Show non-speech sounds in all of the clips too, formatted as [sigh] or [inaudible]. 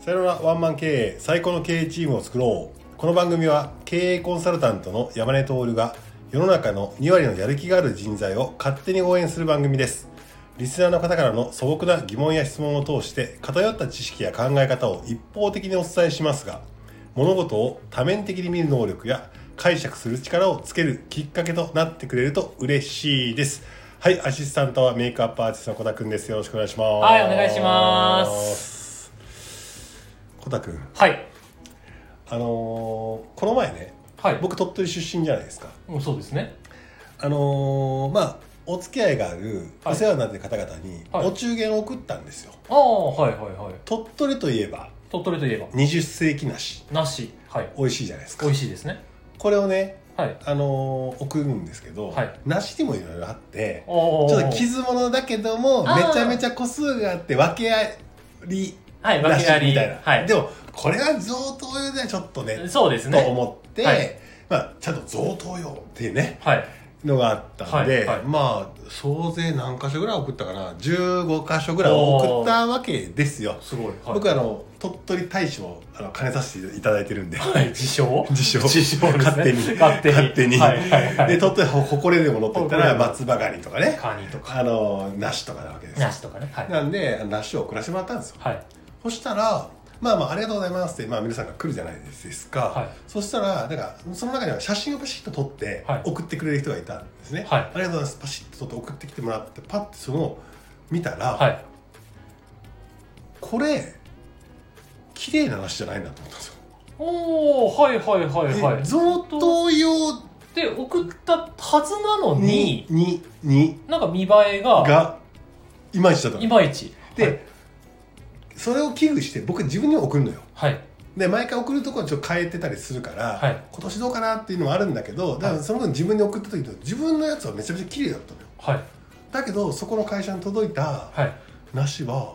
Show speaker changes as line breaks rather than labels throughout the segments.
さよならワンマン経営最高の経営チームを作ろうこの番組は経営コンサルタントの山根徹が世の中の2割のやる気がある人材を勝手に応援する番組ですリスナーの方からの素朴な疑問や質問を通して偏った知識や考え方を一方的にお伝えしますが物事を多面的に見る能力や解釈する力をつけるきっかけとなってくれると嬉しいですはいアシスタントはメイクアップアーティストの小田くんですよろしくお願いします
はいお願いします
小田君
はい
あのーこの前ね、
はい
僕鳥取出身じゃないですか
もうそうですね
あのーまあお付き合いがある
は
お
い
世話になっている方々に
はい
お中元を送ったんですよ、
ああはいはいはい
鳥取といえば
鳥取といえば
20世紀梨
梨はい
美味しいじゃないですか
美味しいですね
これをね、
はい
あのー送るんですけど、
はい
梨にもいろいろあって
ちょ
ちょっと傷物だけども
あー
めちゃめちゃ個数があって分けあり
はい
梨
訳あり
みたいな、
はい
でもこれは贈答用ではちょっとね
そうです
と
ね
思って、
はい
まあ、ちゃんと贈答用っていうね
はい
のがあったんで、
はいはい
まあ総勢何箇所ぐらい送ったかな15箇所ぐらい送ったわけですよ
すごいはい
僕あの鳥取大使をあの兼ねさせていただいてるんで
はい自称
[laughs] 自称
自称ですね
勝手に
勝手にはいはいはい
で鳥取誇れでも乗ってったら
誇れでも
松葉狩りとかね
カニとか
あの梨とかなわけですよ
梨とかねはい
なんで梨を送らせてもらったんですよ
はい
そしたら、まあまあ、ありがとうございますって、まあ、皆さんが来るじゃないですか。
はい
そしたら、なんか、その中には写真をパシッと撮って
はい、
送ってくれる人がいたんですね。
はい
ありがとうございます。パシッと撮って送ってきてもらって、パッてその、見たら、
はい
これ、綺麗な話じゃないなと思ったんですよ。
おおはいはいはいはい
で贈答用
で送ったはずなの
に
に、
に、に、
なんか見栄えが
が、いまいちだったの
いまいち
で、それを危惧して、僕自分にも送るのよ。
はい
で毎回送るところちょっと変えてたりするから、
はい
今年どうかなっていうのもあるんだけどだからその分自分に送った時と自分のやつはめちゃめちゃ綺麗だったのよ
はい
だけどそこの会社に届いた
はい
梨は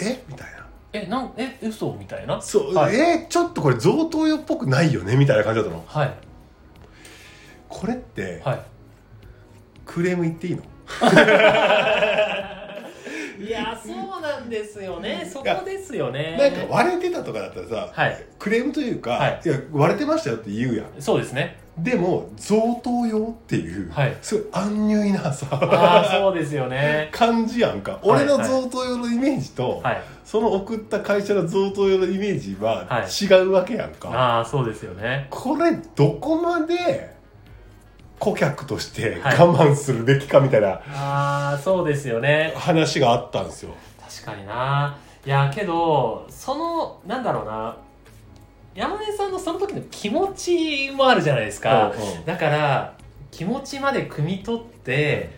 えみたいな
えなんえ嘘みたいな
そう、
はい
えちょっとこれ贈答用っぽくないよねみたいな感じだったの
はい
これって
はい
クレーム言っていいの、
いやそうなんですよねそ
いや
こですよね
なんか割れてたとかだったらさ、
はい
クレームというか、
はいい、
や割れてましたよって言うやん
そうで
[laughs]
すね
でも贈答用っていう、
はい
すごい安入いな
ああ
さ
そうですよね
[laughs] 感じやんか
はい
俺の贈答用のイメージと、
はい
その送った会社の贈答用のイメージは
は
違うわけやんか、
ああそうですよね
これどこまで顧客として
はい
我慢するべきかみたいな
ああそうですよね
話があったんですよ、
確かにないやけどそのなんだろうな山根さんのその時の気持ちもあるじゃないですか
うんうん
だから気持ちまで汲み取って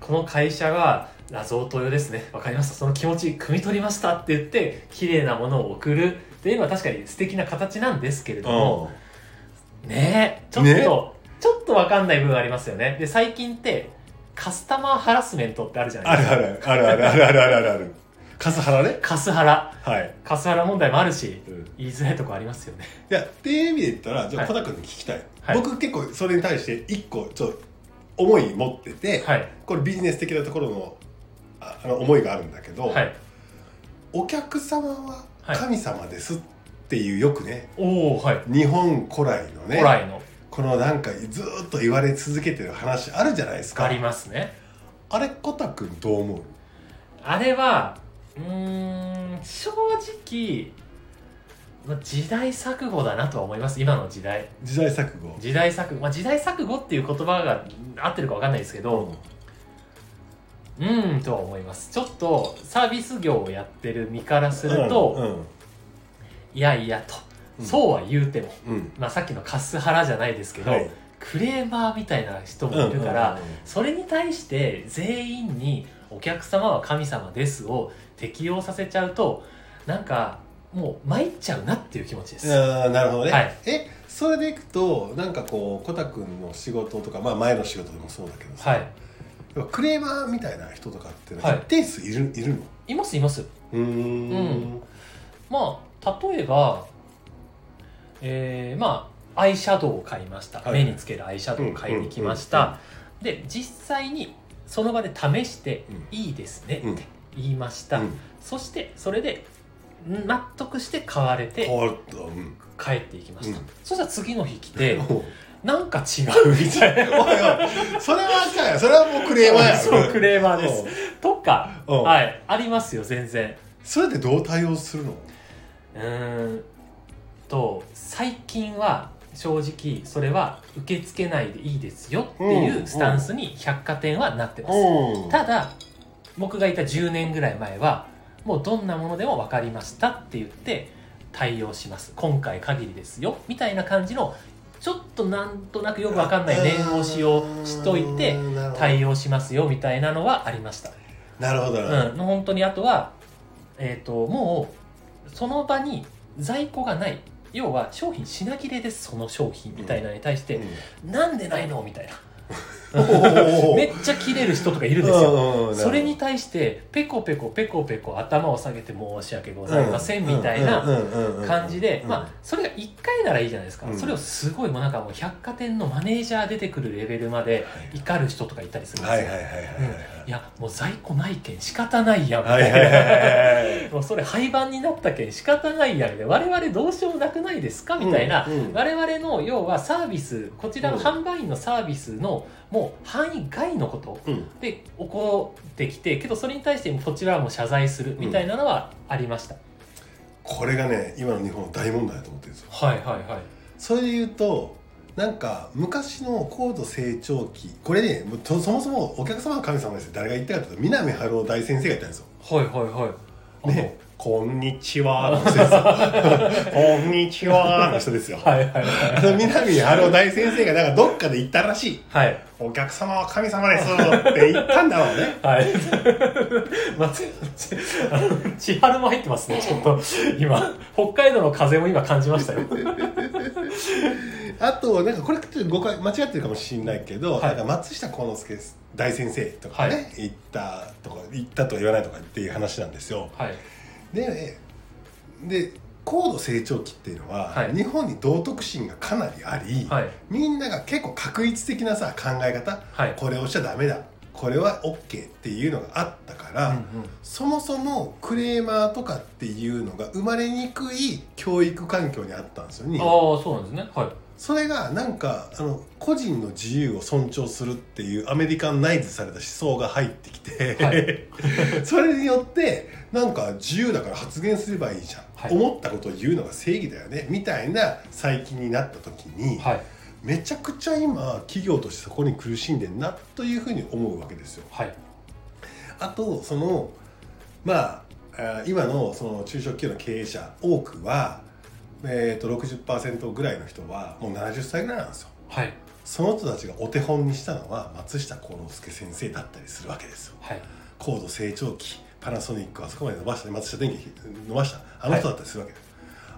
この会社があ贈答用ですねわかりましたその気持ち汲み取りましたって言って綺麗なものを送るっていうのは確かに素敵な形なんですけれども、ねえちょっと、
ね
ちょっとわかんない部分ありますよねで最近ってカスタマーハラスメントってあるじゃない
あ
です
る
か
あるあるあるあるあるあるあるあるカスハラね
カスハラ
はい、
カスハラ問題もあるし
うんい
言いづらいとこありますよね
やっていう意味で言ったらじゃあ
はい
小田君に聞きたい、
はい
僕結構それに対して一個ちょっと思い持ってて、
はい
これビジネス的なところのああの思いがあるんだけど、
はい
お客様は神様ですっていうよくね、
おおはい
日本古来のね
古来の
このなんかずーっと言われ続けてる話あるじゃないですか
ありますね
あれコタくんどう思う
あれはうーん正直まあ時代錯誤だなとは思います今の時代
時代錯誤
時代錯誤、まあ、時代錯誤っていう言葉が合ってるか分かんないですけどうーんとは思いますちょっとサービス業をやってる身からすると、いやいやと、
うん
そうは言うても、
うんうん
まあ、さっきのカスハラじゃないですけど、
はい
クレーマーみたいな人もいるか
う
ら、
んうんうん
それに対して全員に「お客様は神様です」を適用させちゃうとなんかもう参っちゃうなっていう気持ちです、
あーなるほどね、
はい
えそれでいくとなんかこうコタくんの仕事とか、まあ、前の仕事でもそうだけどさ、
はい
やっぱクレーマーみたいな人とかって、ね
はい
一定数いるいるの
いますいます
うーん
うんまあ例えばえーまあアイシャドウを買いました、
はい
目につけるアイシャドウを買いに来まし
うんうん
た、で実際にその場で試して
うん
「いいですね」
うん
って言いました、
うん
そしてそれで納得して買われて
変わったうん
帰っていきました、
うん
そしたら次の日来て
[laughs] おい
なんか違うみたいな
おいそれはあかんやんそれはもう [laughs] クレーマーやん
[laughs] そうクレーマーですとか、
うん
はい、ありますよ全然
それでどう対応するの
うーんと最近は正直それは受け付けないでいいですよっていうスタンスに百貨店はなってます、
うん
ただ僕がいた10年ぐらい前はもうどんなものでも分かりましたって言って対応します今回限りですよみたいな感じのちょっとなんとなくよく分かんない念押しをしといて対
応
応しますよみたいなのはありました
なるほどなるほど
うん、本当にあとは、えー、ともうその場に在庫がない要は商品品切れですその商品みたいなのに対して、なんでないのみたいなめっちゃ切れる人とかいるんですよ
よ
それに対してペコペコペコペコ頭を下げて申し訳ございませんみたいな
な
感じで、まあ
あ、
それが1回ならいいじゃないですか、
うん
それをすごいもうなんかもう百貨店のマネージャー出てくるレベルまで怒る人とかいたりするんです
は
よ、
いはいはいはい
いやもう在庫ないけん仕方ないやんみ
は
た
いはいい
な、
はいはいはい
[laughs] もうそれ廃盤になったけん仕方ないやんで我々どうしようもなくないですかみたいな、
うんうん
我々の要はサービスこちらの
うん
販売員のサービスのもう範囲外のこと
うん
で起こってきてけどそれに対してこちらはもう謝罪するみたいなのはありました、
これがね今の日本の大問題だと思ってるんですよ
はいはいはい
それで言うとなんか昔の高度成長期これねもうとそもそもお客様の神様ですよ誰が言ったかというと南春夫大先生が言ったんですよ
はいはい [laughs] はい
ね、こんにちは [laughs] の人ですよ。こんにちはの人ですよ
あ。のはいはい
あ
は
の南春夫大先生がなんかどっかで言ったらしい。
いはい
お客様は神様ですって言ったんだろうね。
はい。 [laughs] 待って、ちあの千春も入ってますね、ちょっと。今、北海道の風も今感じましたよ。
あと、なんかこれちょっと誤解、間違ってるかもしれないけど、
はい
なんか松下幸之助大先生とかね、
はい
言ったとか、言ったとか言わないとかっていう話なんですよ。
はい。
で、で、高度成長期っていうのは、
はい
日本に道徳心がかなりあり、
はい。
みんなが結構確一的なさ考え方、
はい
これをしちゃダメだこれは OK っていうのがあったから、そもそもクレーマーとかっていうのが生まれにくい教育環境にあったんですよね
ああ、そうなんですね。はい。
それがなんかあの個人の自由を尊重するっていうアメリカンナイズされた思想が入ってきて、
は [laughs]
[laughs] それによってなんか自由だから発言すればいいじゃん、
はい
思ったことを言うのが正義だよねみたいな最近になった時に、
はい。
めちゃくちゃ今企業としてそこに苦しんでんなというふうに思うわけですよ。
はい。
あとそのまああー今のその中小企業の経営者多くは、えー、と60%ぐらいの人はもう70歳ぐらいなんですよ。
はい。
その人たちがお手本にしたのは松下幸之助先生だったりするわけですよ。
はい。
高度成長期パナソニックはそこまで伸ばした松下電機伸ばしたあの人だったりするわけです、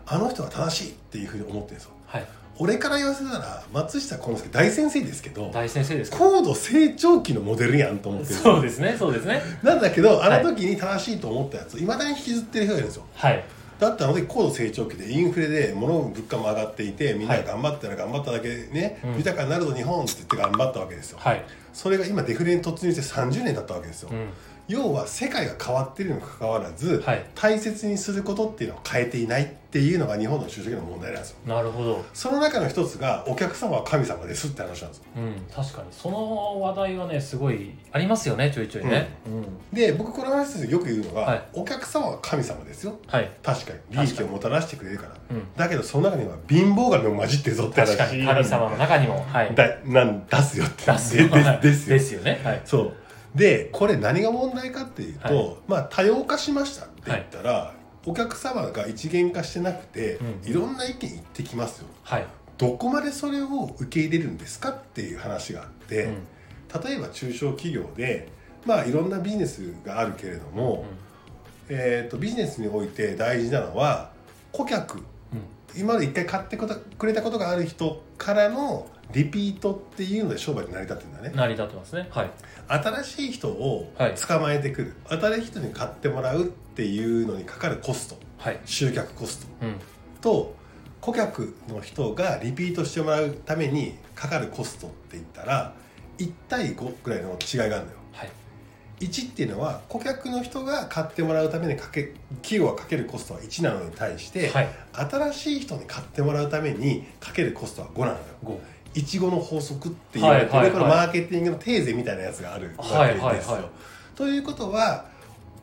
あの人は正しいっていうふうに思ってるんですよ。
はい。
俺から言わせたら松下幸之助大先生ですけど
大先生ですか
高度成長期のモデルやんと思ってるんです
そ
よ
うですね、そうですね。
なんだけど
い
あの時に正しいと思ったやついまだに引きずってる人がいるんですよ
はい。
だってあの時高度成長期でインフレで物も物価も上がっていてみんな
はい
頑張ったら頑張っただけね、
うん
豊かになるぞ日本って言って頑張ったわけですよ、
はい。
それが今デフレに突入して30年だったわけですよ、
うん。
要は世界が変わってるにもかかわらず、
はい
大切にすることっていうのを変えていないっていうのが日本の就職の問題なんですよ
なるほど。
その中の一つがお客様は神様ですって話なんですよ
うん。確かに。その話題はね、すごいありますよね、ちょいちょいね。うん。
で僕この話でよく言うのが、
はい
お客様は神様ですよ
はい。
確かに利益をもたらしてくれるから
うん。
だけどその中には貧乏神も混じってるぞって話
確かに、神様の中にも。はい。
だなん出すよって
出す
で
よ。はい
でですよ
ですよね。はい。
そうでこれ何が問題かっていうと、
はい
まあ多様化しましたって言ったら、お客様が一元化してなくて、
うん
いろんな意見言ってきますよ
はい。
どこまでそれを受け入れるんですかっていう話があって、
うん
例えば中小企業でまあいろんなビジネスがあるけれども、えー、とビジネスにおいて大事なのは顧客
うん。うん
今まで一回買ってくだくれたことがある人からのリピートっていうので商売に成り立ってんだね
成り立ってますねはい
新しい人を
はい
捕まえてくる、新しい人に買ってもらうっていうのにかかるコスト
はい
集客コス
うん
トと顧客の人がリピートしてもらうためにかかるコストって言ったら1対5ぐらいの違いがあるのよ
はい
1っていうのは顧客の人が買ってもらうためにかけ企業がかけるコストは1なのに対して、
はい
新しい人に買ってもらうためにかけるコストは5なのよ。
5
いちごの法則って言われて、
はいはい
これこのマーケティングのテーゼみたいなやつがあるわ
はい
けですよ。
はいはい
ということは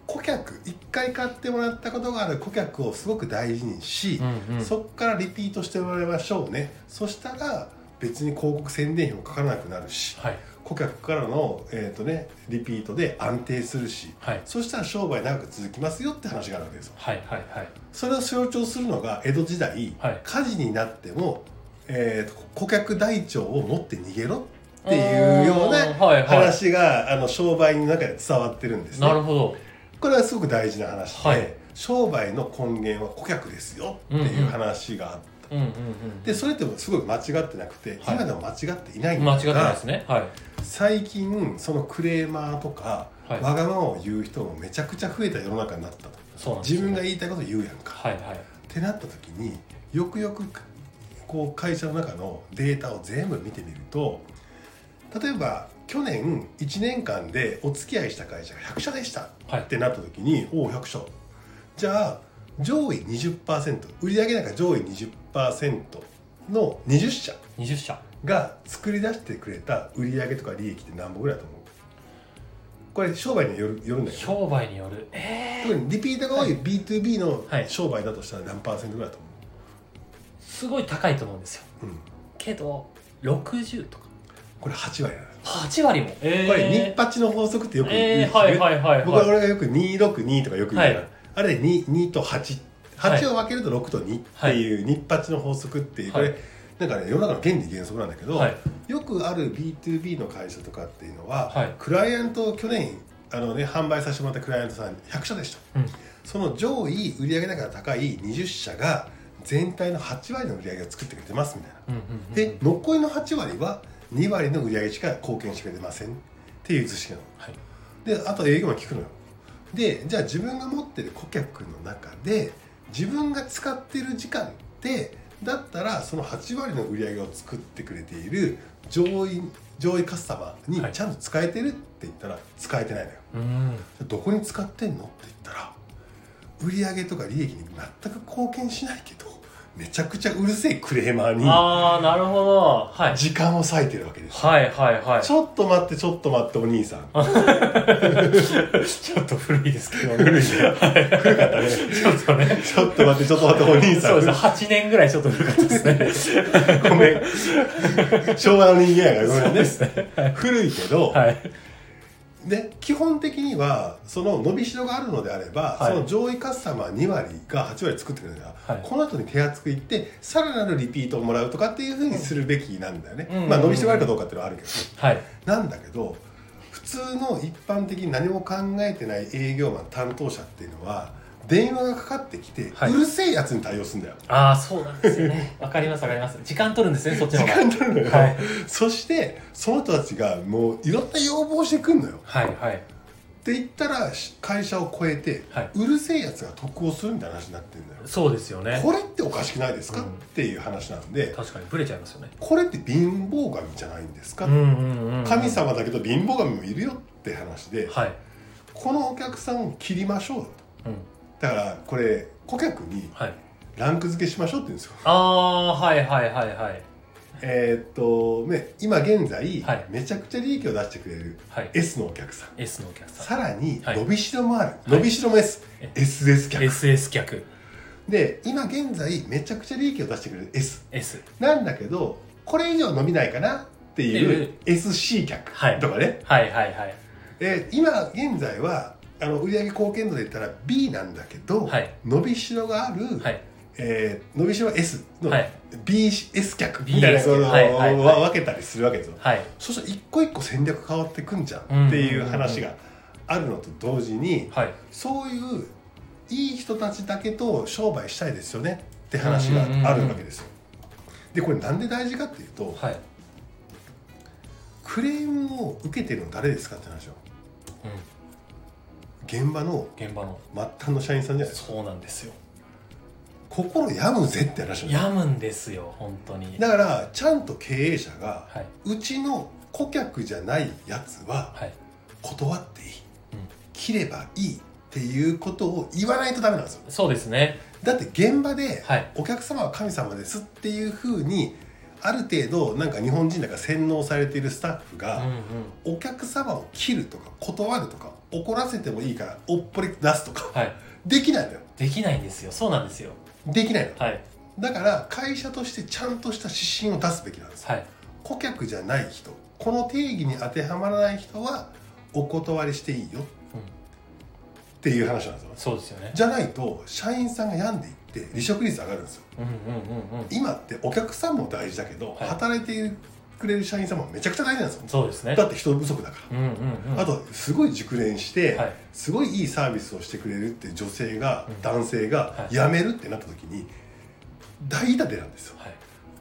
顧客1回買ってもらったことがある顧客をすごく大事にし、
うんうん
そこからリピートしてもらいましょうねそしたら別に広告宣伝費もかからなくなるし
はい
顧客からの、えーとね、リピートで安定するし
はい
そしたら商売長く続きますよって話があるわけですよ
はいはいはい
それを象徴するのが江戸時代、
はい
火事になっても、えーと顧客台帳を持って逃げろっていうよう
あ
な
ーはいはい
話があの商売の中で伝わってるんですね
なるほど
これはすごく大事な話で、
はい
商売の根源は顧客ですよっていう話があって、
うんうん
でそれってすごい間違ってなくて、
はい
今でも間違っていない
うん
んだ
間違
が
ってないですねはい
最近そのクレーマーとか、
はい
わがままを言う人もめちゃくちゃ増えた世の中になったと
そうなんです
自
よ
分が言いたいこと言うやんか、
はいはい
ってなった時によくよくこう会社の中のデータを全部見てみると例えば去年1年間でお付き合いした会社が100社でした
はい
ってなった時に、おお100社じゃあ上位20%売上高上位20%の20社
20社
が作り出してくれた売上とか利益って何本ぐらいだと思うこれ商売によるよるんだけど
商売によるえ
特にリピートが多い B2B の
はい
商売だとしたら何パーセントぐらいだと思
ーすごい高いと思うんですよ
う、うん
けど60とか
これ8割なの
8割もえー
これニッパチの法則ってよく言う、
えーはいはいはいはい
僕は俺がよく262とかよく言うから、
はい
あれ 2, 2と8
はい
8を分けると6と2っていうニッパチの法則っていうこれ、
はい
なんかね世の中の原理原則なんだけど、
はい
よくある B2B の会社とかっていうのは、
はい
クライアントを去年あの、ね、販売させてもらったクライアントさん100社でした
うん
その上位売上高が高い20社が全体の8割の売り上げを作ってくれてますみたいな
うんうんうん
で残りの8割は2割の売り上げしか貢献してくれてませんっていう図式なの
はい
であと営業も聞くのよでじゃあ自分が持ってる顧客の中で自分が使ってる時間ってだったらその8割の売り上げを作ってくれている上位上位カスタマー
はい
にちゃんと使えてるって言ったら使えてないのよ
うん
どこに使ってんのって言ったら売り上げとか利益に全く貢献しないけどめちゃくちゃうるせえクレーマーに
ああなるほどはい
時間を割いてるわけです
はいはいはい
ちょっと待ってちょっと待ってお兄さん
[laughs] ちょっと古いですけどね
古いね
はい
古かったね
ちょっとね
ちょっと待ってちょっと待ってお兄さ
そう
ん
です8年ぐらいちょっと古かったですね
ごめ
[laughs]
ん昭和の人間やからごめんね古いけど、
はい
で基本的にはその伸びしろがあるのであれば、
はい
その上位カスタマー2割が8割作ってくれるから、
はい
この後に手厚くいってさらなるリピートをもらうとかっていうふうにするべきなんだよね、
うん
まあ伸びしろがあるかどうかっていうのはあるけど、
はい
なんだけど普通の一般的に何も考えてない営業マン担当者っていうのは電話がかかってきて、
はいう
るせえやつに対応するんだよ [laughs]
ああそうなんですよねわかりますわかります時間取るんですねそっちの
時
方が
間取るのよ、
はい
そしてその人たちがもういろんな要望してくんのよ
はいはい
って言ったらし会社を超えて、
はいう
るせえやつが得をするみたいな話になってるんだよ
そうですよね
これっておかしくないですか、
うん
っていう話なんで
確かにブレちゃいますよね
これって貧乏神じゃないんですか、
うんうんうんうん
神様だけど貧乏神もいるよって話で、
はい
このお客さんを切りましょうよと
うん
だからこれ顧客に
はい
ランク付けしましょうって言うんですよ。
ああはいはいはいはい
えーっとね今現在、
はい
めちゃくちゃ利益を出してくれる
はい
S のお客さん
S のお客さ
さらに
はい
伸びしろもある、伸びしろも S、
え
SS
ん
客
SS 客
で今現在めちゃくちゃ利益を出してくれる S
S
なんだけどこれ以上伸びないかなっていう SC 客
はい
とかね、
はいはいはい
で今現在はあの売上貢献度で言ったら B なんだけど、
はい
伸びしろがある、
はい
えー伸びしろ S の
はい
BS 客みたいな
BS
その、
はいはいはい
わ分けたりするわけですよ
はい
そしたら一個一個戦略変わってくんじゃ
うん
んっていう話があるのと同時に
はい
そういういい人たちだけと商売したいですよねって話があるわけですよでこれなんで大事かっていうと
はい
クレームを受けてるの誰ですかって話を現場の
うん現場の
末端の社員さんじゃないですか
そうなんですよ
心病むぜって話なんですよ
病むんですよ本当に
だからちゃんと経営者が
はいう
ちの顧客じゃないやつは
はい
断っていい切ればいいっていうことを言わないとダメなんですよ
そうですね
だって現場で
はい
お客様は神様ですっていうふうにある程度なんか日本人だから洗脳されているスタッフ
うんう
が、
ん
お客様を切るとか断るとか怒らせてもいいからおっぽり出すとか
はい
できないのよ
できないんですよそうなんですよ
できないの
はい
だから会社としてちゃんとした指針を出すべきなんです
はい
顧客じゃない人この定義に当てはまらない人はお断りしていいよっていう話なんですよ
そうですよね
じゃないと社員さんが病んでいって離職率上がるんですよ
うんうんうんうん
今ってお客さんも大事だけど、
はい
働いてくれる社員さんもめちゃくちゃ大事なんですよ
そうですね
だって人不足だか
うんうんうん
らあとすごい熟練して、
はい
すごいいいサービスをしてくれるって女性が、
うん
男性が
はい
辞めるってなった時に大痛手なんですよ
はい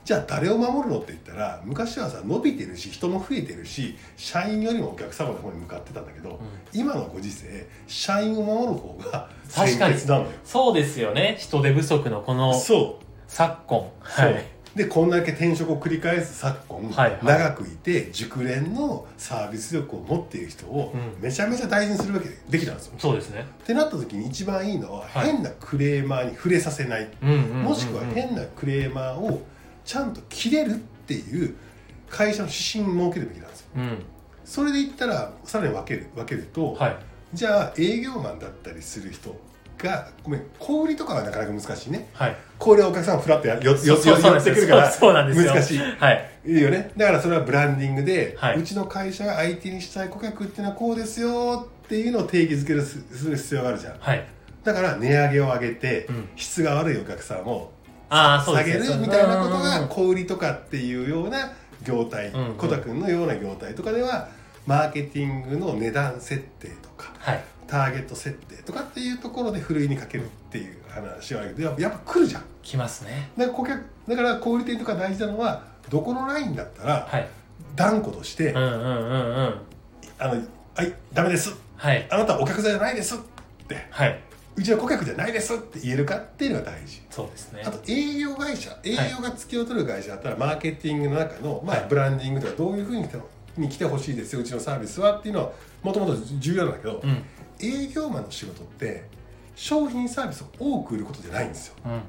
じゃあ誰を守るのって言ったら昔はさ伸びてるし人も増えてるし社員よりもお客様の方に向かってたんだけど、
うん
今のご時世社員を守る方が
確
先
かに
決なのよ
そうですよね人手不足のこの
そう
昨今
そ
は
う
い
でこんだけ転職を繰り返す昨今、
はいはい
長くいて熟練のサービス力を持っている人を
うん
めちゃめちゃ大事にするわけでできたんですよ。
そうですね
ってなった時に一番いいのは
はい
変なクレーマーに触れさせない、
うんうんうんうん
もしくは変なクレーマーをちゃんと切れるっていう会社の指針を設けるべきなんですよ。
うん
それで言ったらさらに分ける分けると、
はい
じゃあ営業マンだったりする人がごめん小売りとかはなかなか難しいね。
はい
これお客さんフラッとやよよ
そうそうそう
寄ってくるから
そうなんですよ
難しい
はい
いいよねだからそれはブランディングで、
はいう
ちの会社が相手にしたい顧客っていうのはこうですよっていうのを定義づけるすする必要があるじゃん
はい
だから値上げを上げて、
うん
質が悪いお客さんを
ああそう
下
で
げ
すね
るみたいなこ
う
と
んうんうん
が小売りとかっていうような業態
うんうん
コタ君のような業態とかではマーケティングの値段設定とか
はい
ターゲット設定とかっていうところでふるいにかけるっていう話はあるけどやっぱやっぱ来るじゃん
来ますね
だから顧客だから小売店とか大事なのはどこのラインだったら
はい
断固として、
うんうんうんうん
あのはいダメです
はい
あなたはお客さんじゃないですって
はいう
ちは顧客じゃないですって言えるかっていうのが大事
そうですね
あと営業会社営業が付きを取る会社だったらマーケティングの中の、まあ、ブランディングとかどういうふうに来てに来てほしいですようちのサービスはっていうのはもともと重要なんだけど、
うんうん
営業マンの仕事って商品サービスを多く売ることじゃないんですよ
うん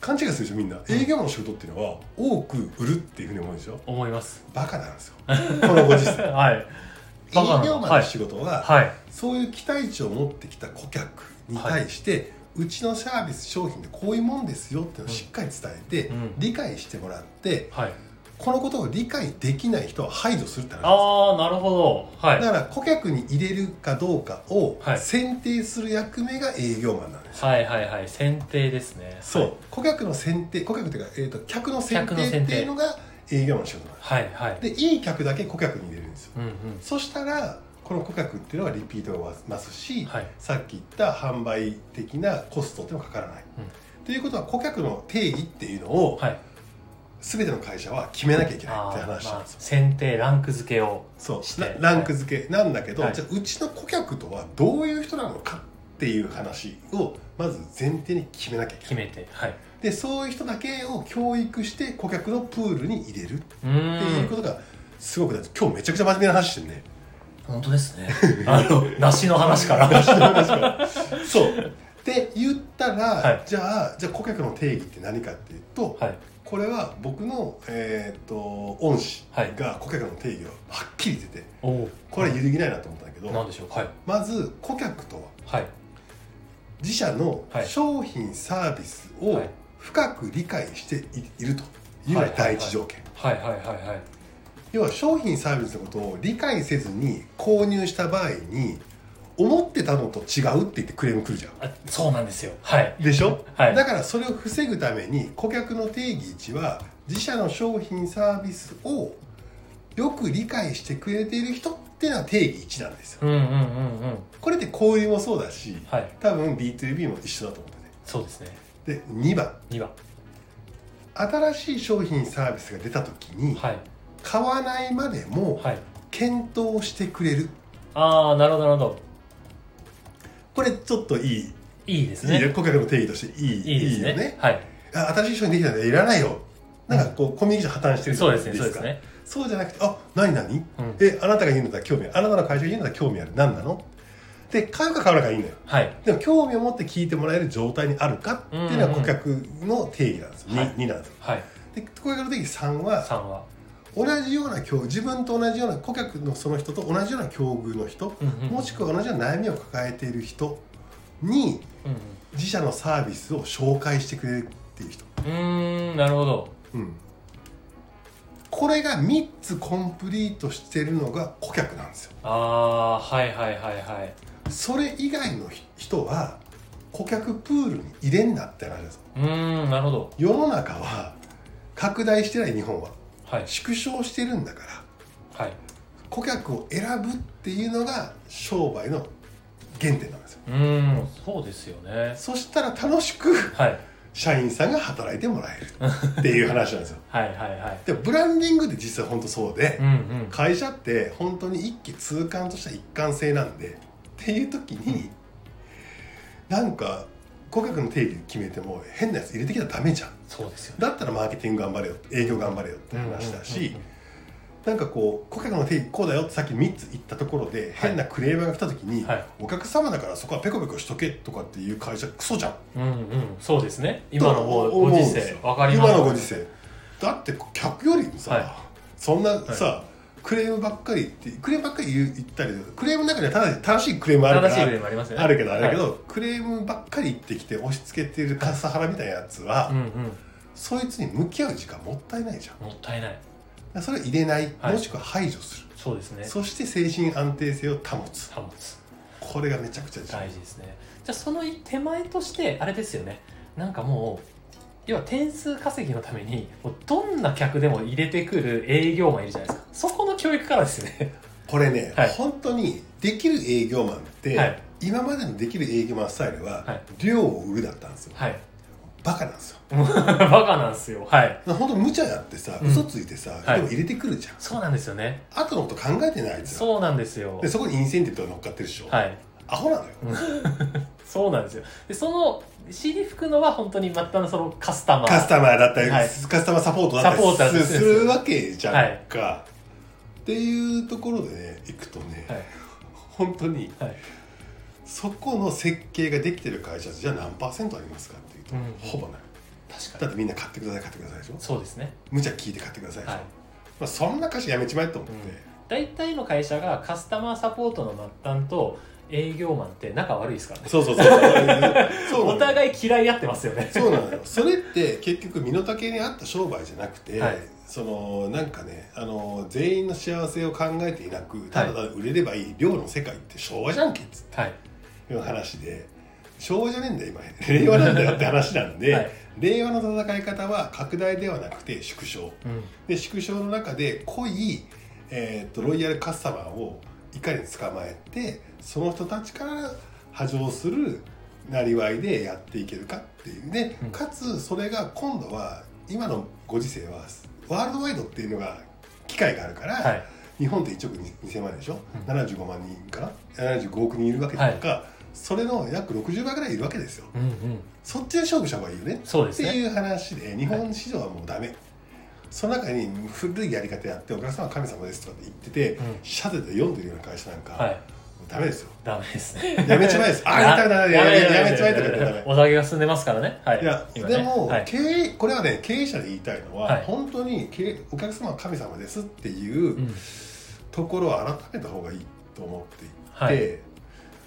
勘違いするでしょみんな営業マンの仕事っていうのは多く売るっていうふうに思うでしょ
思います
バカなんですよこのご時世
[laughs] はい
営
バカなの
業マンの仕事は、
はい
そういう期待値を持ってきた顧客に対して、うちのサービス商品でこういうもんですよっていうのをしっかり伝えて、
うん
理解してもらって
はい
このことを理解できない人は排除するって話
ああなるほどはい
ですだから顧客に入れるかどうかを
はい
選定する役目が営業マンなんです、
はいはいはい選定ですね
そう顧客の選定顧客っていうか、えー、と客の選定
客の選定
っていうのが営業マンの仕事なんで
はいはい
すでいい客だけ顧客に入れるんですよ
うんうん
そしたらこの顧客っていうのはリピートがますし、
はい
さっき言った販売的なコストっていうのはかからない。
う
ということは顧客の定義っていうのを
はい
全ての会社は決めなきゃいけない
あ
って
ー
話な
ま
ん
あ
ですよ。
選定ランク付けを
そう
して
ラランク付けなんだけど、
はい
じゃあうちの顧客とはどういう人なのかっていう話をまず前提に決めなきゃいけ
決
ない
めてはい
でそういう人だけを教育して顧客のプールに入れるっ
う
ていう
ー
こ
ん
とがすごく大事今日めちゃくちゃ真面目な話してる
[laughs]
ね
本当ですね [laughs] あの梨の話 [laughs] から
そう。で言ったら、
はい
じゃあじゃあ顧客の定義って何かっていうと、
はい
これは僕の、えー、と恩師
はい
が顧客の定義をはっきり出て
おお
これは揺るぎないなと思ったんだけど、
なんでしょうはい
まず顧客とは
はい
自社の
はい
商品サービスを
はい
深く理解していいるというのが第一条件、
はいはいはいはい
要は商品サービスのことを理解せずに購入した場合に思ってたのと違うって言ってクレーム来るじゃん
あそうなんですよはい
でしょ、
はい
だからそれを防ぐために顧客の定義1は自社の商品サービスをよく理解してくれている人っていうのは定義1なんですよ
うんうんうんうん
これって小売りもそうだし
はい
多分 B2B も一緒だと思
そうですね
っててで2番
2番
新しい商品サービスが出た時に
はい
買わないまでも
はい
検討してくれる
ああなるほどなるほど
これちょっといい
いいです
いいよ
ね
顧客の定義としていい
いいですね
よね
はい
あ新しい商品できたのいらないよなんかこうコミュニケーション破綻してるじゃ
そう
ない
ですねそうですね
そうじゃなくて、あ、何何
うん
え、あなたが言うのだったら興味ある。あなたの会社が言うのだったら興味ある。何なのって買うか買わないかいいんだよ
はい
でも興味を持って聞いてもらえる状態にあるかっていうの
うん
が
うん
顧客の定義なんですよ、
はい
2, なんですよ
はい
で顧客の定義3は
3は
同じような境自分と同じような顧客のその人と同じような境遇の人、
うんうん
もしくは同じような悩みを抱えている人に
うんうん
自社のサービスを紹介してくれるっていう人、
うーんなるほど
うん、これが3つコンプリートしてるのが顧客なんですよ
ああーはいはいはいはい
それ以外の人は顧客プールに入れんなって話です
うーんなるほど
世の中は拡大してない日本は
はい
縮小してるんだから
はい
顧客を選ぶっていうのが商売の原点なんですよ
うーんそうですよね
そしたら楽しく
はい
社員さんが働いてもらえるっていう話なんですよ
はいはいはい
でもブランディングって実際本当そうで
うんうん
会社って本当に一気通貫とした一貫性なんでっていう時になんか顧客の定義決めても変なやつ入れてきたらダメじゃん
そうですよね
だったらマーケティング頑張れよ営業頑張れよって話だし、
うんうんうんうん
なんかこう顧客の定義こうだよってさっき3つ言ったところで変なクレームが来た時に、
はい
お客様だからそこはペコペコしとけとかっていう会社クソじゃん
うんうんそうですね今のご
と思
ご
うんです
時世
よ
わかります
今のご時世だって客よりもさ、
はい
そんなさ、クレームばっかりってクレームばっかり言う言ったりクレームの中にはただ正しいクレームあるか
正
ら
しい例もありますよね
あるけどあれだけど、
はい
クレームばっかり言ってきて押し付けてるカスハラみたいなやつは、
うんうん
そいつに向き合う時間もったいないじゃんだ
もったいない
からそれを入れない、
はい
もしくは排除する
そうですね
そして精神安定性を保つ
保つ
これがめちゃくちゃ重要
大事ですねじゃあその手前としてあれですよねなんかもう要は点数稼ぎのためにもうどんな客でも入れてくる営業マンいるじゃないですかそこの教育からですね
これね、
はい
本当にできる営業マンって、
はい
今までのできる営業マンスタイルは、
はい
量を売るだったんですよ
[laughs] はい
バカなんですよ
[laughs] バカなんですよはい
本当無茶やってさ
うん
嘘ついてさ、
はい
でも入れてくるじゃん、
そうなんですよね
後のこと考えてないあいつら
そうなんですよ
でそこにインセンティブとか乗っかってるでしょ、
はい
アホなのよ、
そうなんですよでその尻拭くのは本当に末端のそのカスタマー
カスタマーだったり、
はい
カスタマーサポートだったり
サポートだったり
す
す
す
るんですよ
るわけじゃんか、っていうところでねいくとね、
はい
本当に
はい
そこの設計ができてる会社じゃあ何パーセントありますかっていうと、
うん
ほぼない
確か
だっ
に
てみんな買ってください買ってくださいでしょ
そうですね
無茶聞いて買ってくださいでしょ、
はい
まあ、そんな会社やめちまえと思って、
大体の会社がカスタマーサポートの末端と営業マンって仲悪いですからね
そうそうそうそうそう
お
い
互い嫌い合ってますよね
そうなのよそれって結局身の丈に合った商売じゃなくて、
はい
そのなんかねあの全員の幸せを考えていなくただただ売れればいい量の世界って昭和じゃんけっつっ
はい
ていう話で昭和じゃねえんだよ [laughs] 今令和なんだよって話なんで、
はい
令和の戦い方は拡大ではなくて縮小
うん
で縮小の中で濃い、えー、とロイヤルカスタマーをいかに捕まえてその人たちから波状するなりわいでやっていけるかっていうね、
うん
かつそれが今度は今のご時世はワールドワイドっていうのが機会があるから、
はい
日本って1億2000万人でしょ、
う
75万人かな75億人いるわけだから、それの約60倍ぐらいいるわけですよ
うんうん
そっちで勝負した方がいいよね
そうで
って
すね
いう話で日本市場はもうダメ、その中に古いやり方やってお客様は神様ですとかって言ってて、
うん
社で読んでるような会社なんか、
はい
もうダメですよ
ダメですね
やめち
[laughs]
まえですあやめたらダメ
やめ
やめ
やめ
ちまえとか言ったらダメ
お酒が進んでますからねはい
いや
今
で
ね
も、
はい
経営これはね経営者で言いたいのは、
はい
本当に経営お客様は神様ですっていう
う
うんところを改めた方がいいと思っていて、
はい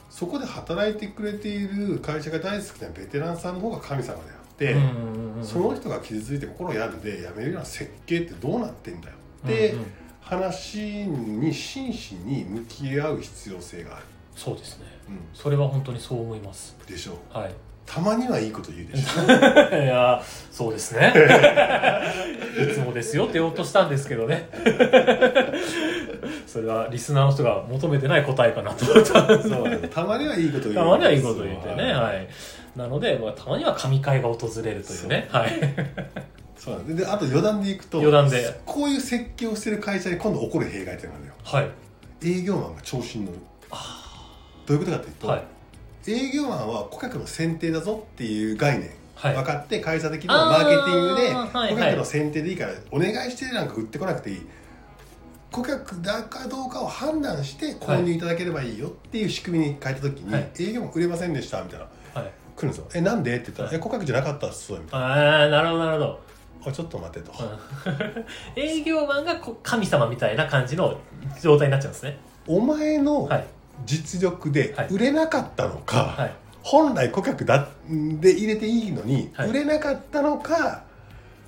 そこで働いてくれている会社が大好きなベテランさんの方が神様であって、
うんうんうんうん
その人が傷ついて心病んで辞めるような設計ってどうなってんだよって
うんうん
話に真摯に向き合う必要性がある、
そうですね
う
それは本当にそう思います
ん、でしょう
はい [laughs]
たまにはいいこと言うでしょ
いやそうですね [laughs] いつもですよって言おうとしたんですけどね [laughs] それはリスナーの人が求めてない答えかなと思った [laughs]
そうたまにはいいこと言う
たまにはいいこと言って
そ
ね、
う
はい。なので、まあ、たまには神会が訪れるというね、はい。
そうなんでであと余談でいくと
余談で
こういう設計をしてる会社に今度起こる弊害っていうのがあるのよ
はい。
営業マンが調子に乗るどういうことかというと、
はい。
営業マンは顧客の選定だぞっていう概念
はい。
分かって会社的にはマーケティングで
あーはいはい
顧客の選定でいいからお願いしてなんか売ってこなくていい顧客だかどうかを判断して購入いただければいいよっていう仕組みに変えた時に、
はい
営業も売れませんでしたみたいな
はい、
来るんですよ「えなんで?」って言ったら「
はい
え顧客じゃなかったっす」みたいな
ああなるほどなるほど
「あちょっと待て」と
うん [laughs] 営業マンがこう神様みたいな感じの状態になっちゃうんですね
「お前の
はい
実力で
はい
売れなかったのか、
はい
本来顧客だで入れていいのに、
はい
売れなかったのか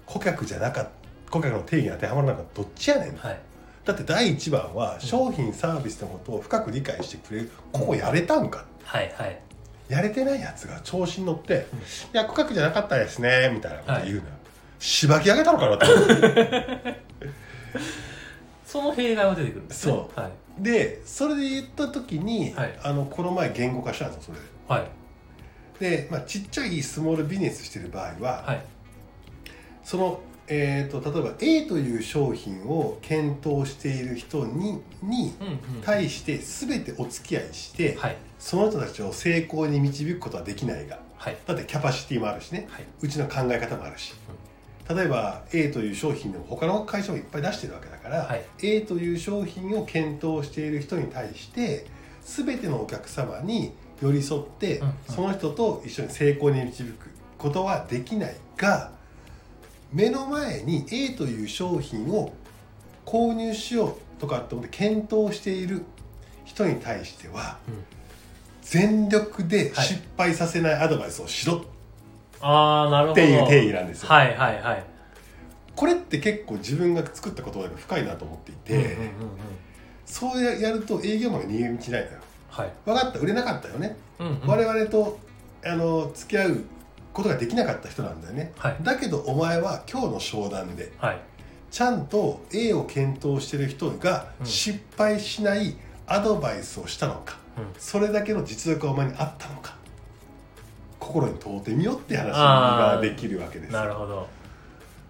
顧客じゃなかった顧客の定義に当てはまらなかったどっちやねん
はい
だって第一番は商品サービスのことを深く理解してくれるここやれたんか
はいはい
やれてないやつが調子に乗って
うん
「いや顧客じゃなかったですね」みたいなこと言うのよ、しばき上げたのかなと思
[laughs]
って
その弊害は出てくるんですね
そう
はい
でそれで言った時に、
はい
あのこの前言語化したんですよそれで。
はい
で、まあ、ちっちゃいスモールビジネスしてる場合は、
はい
その、えー、と例えば A という商品を検討している人にに
うんうん
対して全てお付き合いして、
はい
その人たちを成功に導くことはできないが
はい
だってキャパシティもあるしね
はいう
ちの考え方もあるし例えば A という商品でも他の会社もいっぱい出してるわけだから、
はい
A という商品を検討している人に対して全てのお客様に寄り添って、
うんうん
その人と一緒に成功に導くことはできないが目の前に A という商品を購入しようとかって思って検討している人に対しては
うん
全力で
はい
失敗させないアドバイスをしろっ
ああなるほど
ていう定義なんですよ。
はいはいはい
これって結構自分が作った言葉が深いなと思っていて、
うんうんうんうん
そうやると営業マンが逃げ道ないのよ
はい
分かった売れなかったよね、
うんうん
我々とあの付き合うことができなかった人なんだよね
はい
だけどお前は今日の商談で
はい
ちゃんと A を検討してる人が
うん
失敗しないアドバイスをしたのか、
うん
それだけの実力がお前にあったのか心に問うてみようって話
あ
が
ー
できるわけです
な
だ
るほど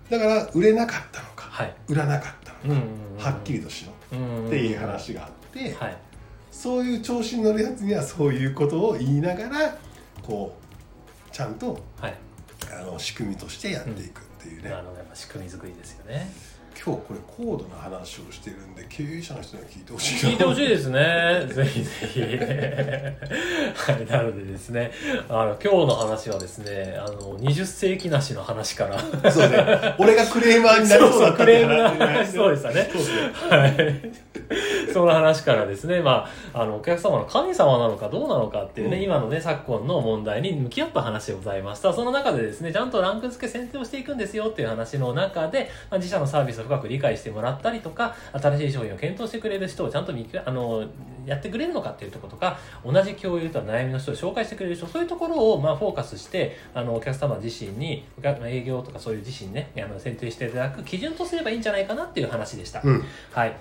から売れなかったのか
はい
売らなかったのか、
うんうんうん
はっきりとしろ
っ
っていう話があって、
はい
そういう調子に乗るやつにはそういうことを言いながらこうちゃんと
はい
あの仕組みとしてやっていくっていうね、
なるほどやっぱ仕組み作りですよね
今日これ高度な話をしてるんで経営者の人には聞いてほしいな
聞いてほしいですね。ぜひぜひ。はい、なのでですね、あの、今日の話はですね、あの、20世紀なしの話から、
そうね俺がクレーマーになりそうだったんだなってね
そうそうクレームの話そうでしたね
そうそう
はい。その話からですね、まあ、あの、お客様の神様なのかどうなのかっていうね、
うん
今のね、昨今の問題に向き合った話でございました。その中でですね、ちゃんとランク付け選定をしていくんですよっていう話の中で、まあ、自社のサービスを深く理解してもらったりとか、新しい商品を検討してくれる人をちゃんと見きあの、やってくれるのかっていうところとか、同じ共有とか悩みの人を紹介してくれる人、そういうところを、まあ、フォーカスして、あの、お客様自身に、お客営業とかそういう自身ね、あの、選定していただく基準とすればいいんじゃないかなっていう話でした。
うん、
はい。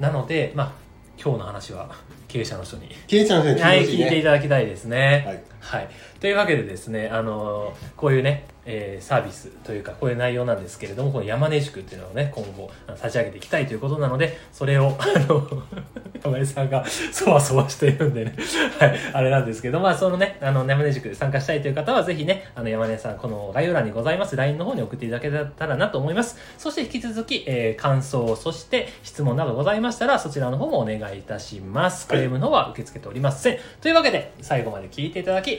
なので、まあ、今日の話は経営者の人に、
経営者の人に
は
聞いて
い、
ほしい
聞いてい
ね、
ただきたいですね。
はい
はい、というわけでですね、あのーこういうね、えーサービスというかこういう内容なんですけれどもこの山根宿っていうのをね今後あの立ち上げていきたいということなのでそれをあの [laughs] 山根さんが [laughs] そわそわしているんでね、はい、あれなんですけど、まあ、そのねあの山根宿参加したいという方はぜひねあの山根さんこの概要欄にございます LINE の方に送っていただけたらなと思いますそして引き続き、えー感想そして質問などございましたらそちらの方もお願いいたしますクレームの方は受け付けておりませんというわけで最後まで聞いていただき